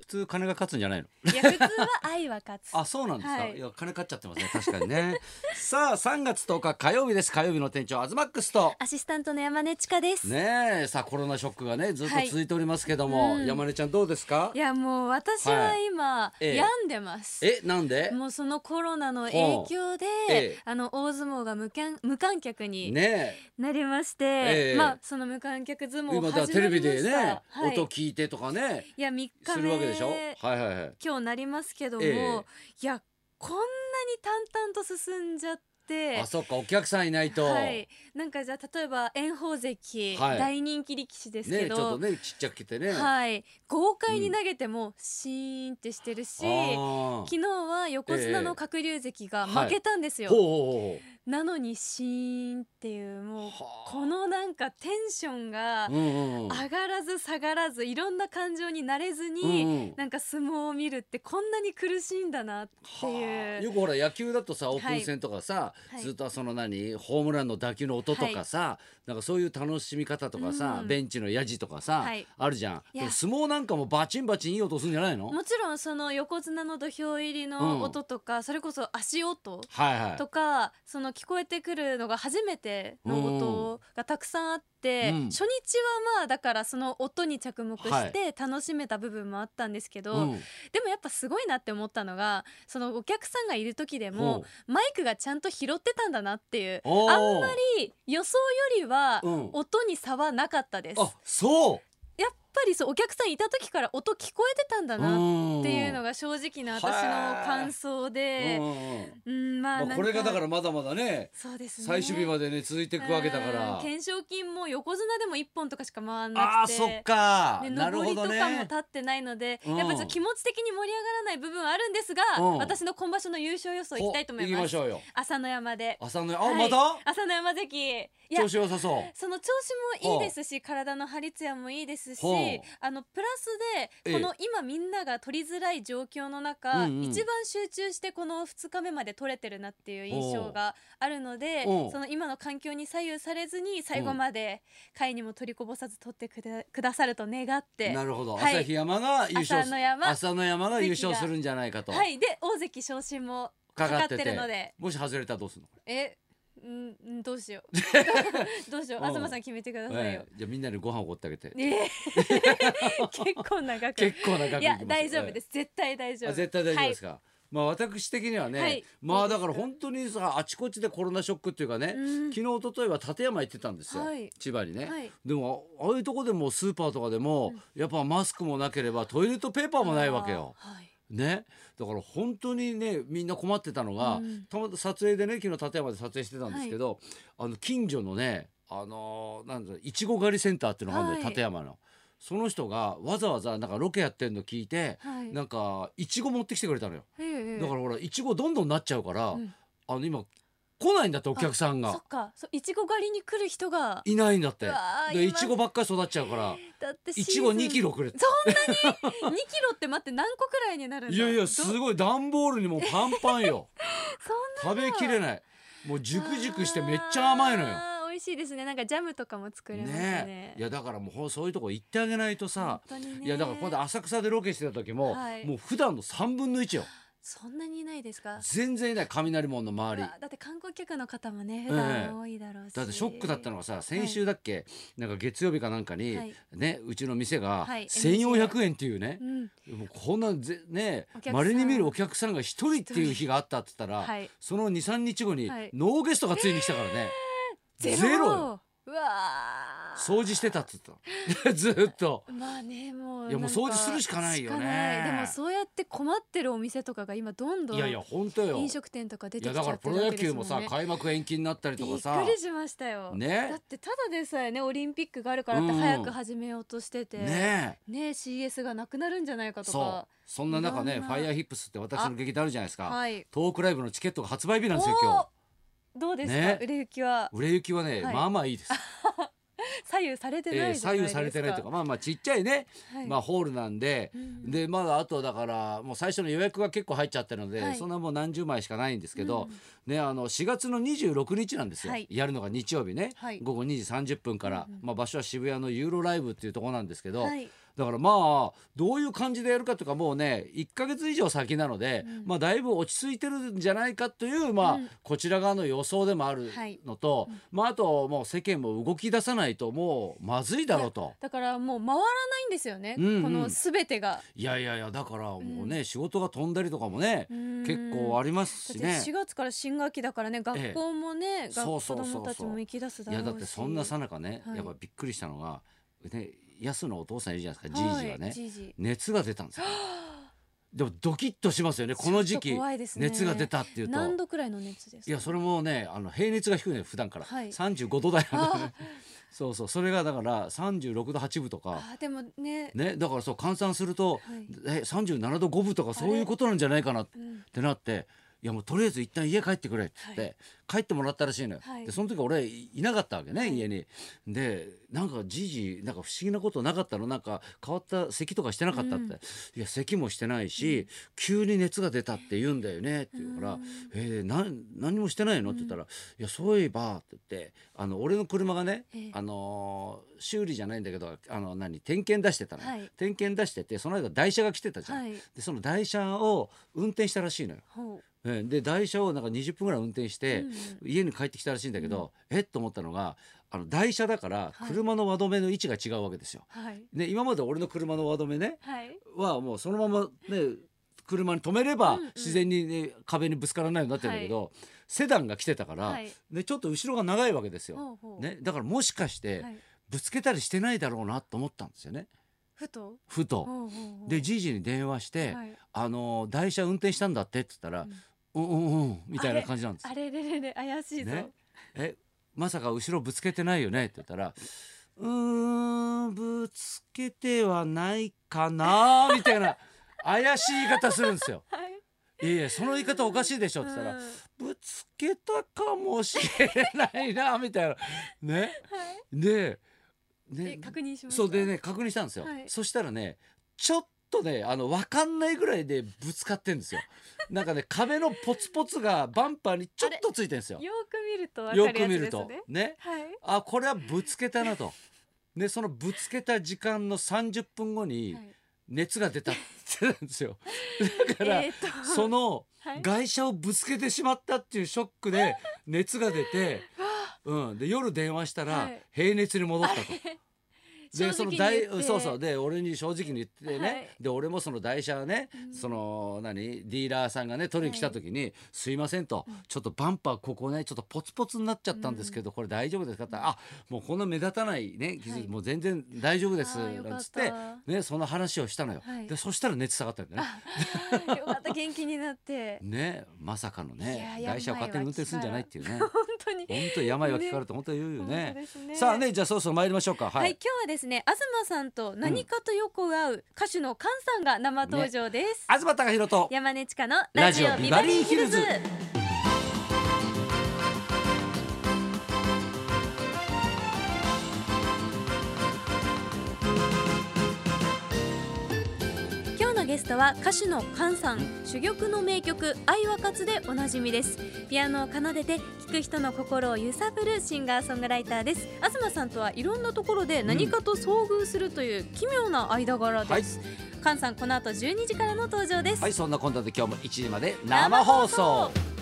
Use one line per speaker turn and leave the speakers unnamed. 普通金が勝つんじゃないの
いや普通は愛は勝つ
あそうなんですか、、
はいい
や金勝っちゃってますね確かにね さあ3月10日火曜日です火曜日の店長アズマックスと
アシスタントの山根千佳です、
ねえさあコロナショックがねずっと
はい
続いておりますけども、
うん
山根ちゃんどうですか
いやもう私は今、
いええ
病んでます
えなんで
もうそのコロナの影響で、
ええ
あの大相撲が無観無観客に
ね
なりまして、
ええ
まあその無観客相
え
撲
今
を
だから
始
テ
ま
レ
りま
ビで
し
ね
た、はい、
音聞いてとかね
いや3日
す
目
るわけでしょはいはいはい
今日なりますけども、
え
いやこんなに淡々と進んじゃって
あそっかお客さんいないと、
はい、なんかじゃあ例えば炎鵬関、
はい
大人気力士です
ね
け
えちょっと
ど、
ねちっちゃくてね、い、
はい、豪快に投げてもシーンってしてるし、
あー
昨日は横綱の鶴竜関が負けたんですよ、
ほうほ
なのにシーンっていうもう
はあ
このなんかテンションが
うほううんうん
上がらず下がらずいろんな感情になれずに、
うんうん
なんか相撲を見るってこんなに苦しいんだなって
はあ
いう。
よくほら野球だとさオープン戦とかさ、
はい
ずっとその何ホームランの打球の音とかさ、なんかそういう楽しみ方とかさ、
うん
ベンチのやじとかさ、
はい
あるじゃん
いや
でも相撲なんかもバチンバチンいい音するんじゃないの
もちろんその横綱の土俵入りの音とか、それこそ足音
はいはい
とかその聞こえてくるのが初めての音がたくさんあって、
うん
初日はまあだからその音に着目して楽しめた部分もあったんですけど、
うん
でもやっぱすごいなって思ったのがそのお客さんがいる時でもマイクがちゃんと拾ってたんだなっていうあ
おー
んまり予想よりは
うん
音に差はなかったです。
あそう
やっぱりそうお客さんいた時から音聞こえてたんだな
っ
っていうのが正直な私の感想で、うん、まあな
ま
んか
あ、これがだからまだまだね
そうですね
最終日までね続いていくわけだから
うん懸賞金も横綱でも一本とかしか回んなくて
あーそっか
で
なる
上
ほ
り
ど
とかも
ね
立ってないので、
うん
やっぱちょっと気持ち的に盛り上がらない部分はあるんですが、
うん
私の今場所の優勝予想いきたいと思い
お行き
ま
ますしょうよ
朝乃山で
朝のあ、
はい
また
朝乃山関いや
調子良さそう
その調子もいいですし体の張り艶もいいですし
ほう
あのプラス
ええ
でこの今みんなが取りづらい状況の中、
うんうん
一番集中してこの2日目まで取れてるなっていう印
ほ
象
う
があるので
ほう
その今の環境に左右されずに最後まで回にも取りこぼさず取ってくだくださると願って
なるほど、
はい
朝日山が優勝
朝の山
朝の山が優勝するんじゃないかと
はいで大関昇進も
か
か
か
か
っ
ってて
て
るので
もし外れたらどうするのこ
えんんどうしよ うどうしよう
うん
東さん決めてくだ
れ
さいよ
え、えじゃあみんなでご飯をおごってあげて
ええ結構長く
結構な額
い
きま
や
すよ
大丈夫で
え
す絶対大丈
えあ
夫
絶対大丈夫です
か、
か、まあ私的にはね、
はい
まあ
ど
だ
うです
か
から
本当にさあちこちでコロナショックっていうかね、
うん
昨日一昨日は立山行ってたんですよ、
はい
千葉にね、
はい
でもああいうとこでもスーパーとかでも、やっぱマスクもなければトイレットペーパーもないわけよ
あーはい
ね、だから本当にねみんな困ってたのが、
うん
たまた撮影でね昨日立山で撮影してたんですけど、あの近所のねあのーなんだろういちご狩りセンターっていうのがあるんだよ、
はい
立山の。その人がわざわざなんかロケやってんの聞いて、
はい
なんかいちご持ってきてくれたのよ。
ええええ
だからほらいちごどんどんなっちゃうから、
うん
あの今来ないんだってお客さん
そ
が
っかそういちご狩りに来る人が
いないんだって
うわ。ー
で
今
いちごばっかり育っちゃうから
だってシー
い
ズン
ちご2キロくれて。
2キロって待って何個くらいになるんだ
いやいや
ど
すごい段ボールにもうパンパンよ。
そ
食べきれないもうジュクジュクしてめっちゃ甘いのよ
あー美味しいですねなんかジャムとかも作れますね
ねえいやだからもうほんそういうとこ行ってあげないとさ
本当にね
いやだから今度浅草でロケしてた時も、
はい
もう普段の3分の1よ
そんなにいないですか
全然いない雷門の周り
うわだって観光客の方もね
え
普段多いだろうし、
だってショックだったのがさ先週だっけ、なんか月曜日かなんかに、
はい
ねうちの店が
はい
1,400円っていうね、
うん
もうこんなんぜね
お客さん
まれに見るお客さんが一人っていう日があったって言ったら、
はい
その23日後に
はい
ノーゲストがついに来たからね、
ゼロ
よ
うわー
掃除してたって言 ったのずーっと
まあねもう
いやもう
なんか
掃除するしかないよね
しかないでもそうやって困ってるお店とかが今どんどん
いやいや本当よ
飲食店とか出
い
て
や
きちゃ
だ
って
から
る
プロ野
わけです
球
も
も
ん
さ
ね
開幕延期になったりと
び
か
っ
さ
くりしましたよ、
ね
だってただでさえねオリンピックがあるからって
うん
早く始めようとしてて、
ねえ
ね CS がなくなるんじゃないかと
そ
か
うそんな中
い
ね
ろん
フ
な
ァイヤーヒップスって私の劇団あるじゃないですか、
はい
トークライブのチケットが発売日なんですよ今
おーどうですか、
ね
売れ行きは
日売れ行きはね、
はい
まあまあ いいです
左右されてないじ
え
ゃない
え
ですか、
左右されてないとかまあまあちっちゃいね、
はい
まあホールなんで、
うん
でまだあとだからもう最初の予約が結構入っちゃってるので、
はい
そんなもう何十枚しかないんですけど、
うん
ねあの4月の26日なんですよ、
はい
やるのが日曜日ね、
はい
午後2時30分から、
うんうん
まあ、場所は渋谷のユーロライブっていうところなんですけど、
はい
だからまあどういう感じでやるかとかもうね1ヶ月以上先なので、
うん
まあだいぶ落ち着いてるんじゃないかというまあ、
うん
こちら側の予想でもある
はい
のと、
うん
まああともう世間も動き出さないともうまずいだろうと。
だからもう回らないんですよね、
うんうん
このすべてが、
いやいやいやだからもうね、仕事が飛んだりとかもね、結構あ
り
りますしね
だって4。月から新学期だからね学校もね、学
そうそうそうそう
子供たちも行き出すだ
い
ろう
や
し
だってそんなさなかね、
はい
やっぱびっくりしたのがね安のお父さんいるじゃないですか、じいじが
はい
ね
じいじ
熱が出たんですよ。でもドキッとしますよねこの時
ちょっ
期
と怖いですね
熱が出たっていうと。
何度くらいの熱ですか
いやそれもねあの平熱が低いのよ普段から、
はい
35度台なんだよ
あ
ね そうそうそれがだから36度8分とか
あーでもね
ねだからそう換算すると、
はい
え37度5分とかそういうことなんじゃないかなっ
うん
てなっていやもうとりあえず一旦家帰ってくれっつって、
は
帰ってもらったらしいのよ、
はい
でその時俺いいなかったわけね、
い
家にでなんかじいじなんか不思議なことなかったのなんか変わった咳とかしてなかったって、
うん
いや咳もしてないし、急に熱が出たって言うんだよねって言うから、
うん
えー、な何もしてないの?」って言ったら「いやそういえば」って言ってあの俺の車がね、
ええ
あのー修理じゃないんだけどあの何点検出してたの、
はい
点検出しててその間台車が来てたじゃん、
はい
でその台車を運転したらしいのよ。
ほう
えーで台車をなんか20分ぐらい運転して、
うん
家に帰ってきたらしいんだけど、えっと思ったのがあの台車だから
はい
車の輪止めの位置が違うわけですよ。
はい
ね今まで俺の車の輪止めね
はい
はもうそのままね車に止めれば
うんうん
自然に、ね、壁にぶつからないようになってるんだけど、セダンが来てたから、
はい
でちょっと後ろが長いわけですよ、
ほうほう
ね、だからもしかして
はい
ぶつけたりしてないだろうなと思ったんですよね
ふと
ふと。
ほうほうほう
でじいじに電話して「
はい
あの台車運転したんだって」って言ったら「うんうんうん」みたいな感じなんです
あ。れれれれ怪しいぞ、
ねえまさか後ろぶつけてないよねって言ったら「うーんぶつけてはないかな」 みたいな怪しい言い方するんですよ。
はい
いやいやその言い方おかしいでしょって言ったら、
うん
ぶつけたかもしれないなみたいなね
はい
で
え
ね
確認しました
そうでね確認したんですよ、
はい
そしたらねちょっとねあの分かんないぐらいでぶつかってん ですよなんかね壁のポツポツがバンパーにちょっとついてんですよ
よく見るとわかる
よ
やつです
く
ね
見るとね
はい
あこれはぶつけたなと。でそのぶつけた時間の30分後に
はい
熱が出たって言ってたんです よ。だから、
えーっと
その
はい
外車をぶつけてしまったっていうショック で熱が出て、うん、で夜電話したら
はい
平熱に戻ったと。で
正直
その
に
台
言って
そうそうで俺に正直に言ってね、
はい
で俺もその台車をね、
うん
その何ディーラーさんがね取りに来た時に「すいませんと」
うん
ちょっとバンパーここねちょっとポツポツになっちゃったんですけど、これ大丈夫ですか?」って言ったらあもうこんな目立たないね傷、
はい
もう全然大丈夫です」
あ
な
ーよか
ん
っ
つって
た。
ね、その話をしたのよ、
はい
でそしたら熱下がったんだよね
よかった元気になって
ねまさかの
いや
ね
いや
台車を勝手に運転するんじゃないっていうね
本当に。
本当に病は気からって本当に言うよね
本当ですね
さあねじゃあそろそろ参りましょうか
はい、今日はですね東さんと何かとよく合う歌手の菅さんが生登場です、
東貴博と
山根千佳の
ラ
ラ
ジ
ジ
オ
オ
ビ
ビ
バ
バ
リ
リ
ー
ー
ヒ
ヒ
ル
ル
ズ
ズ今日のゲストは歌手の菅さん珠玉の名曲「愛はかつ」でおなじみですピアノを奏でて聴く人の心を揺さぶるシンガーソングライターです東さんとはいろんなところで何かと遭遇するという奇妙な間柄です、菅さんこの後12時からの登場です、
はい、そんなこんなで今日も1時まで生放送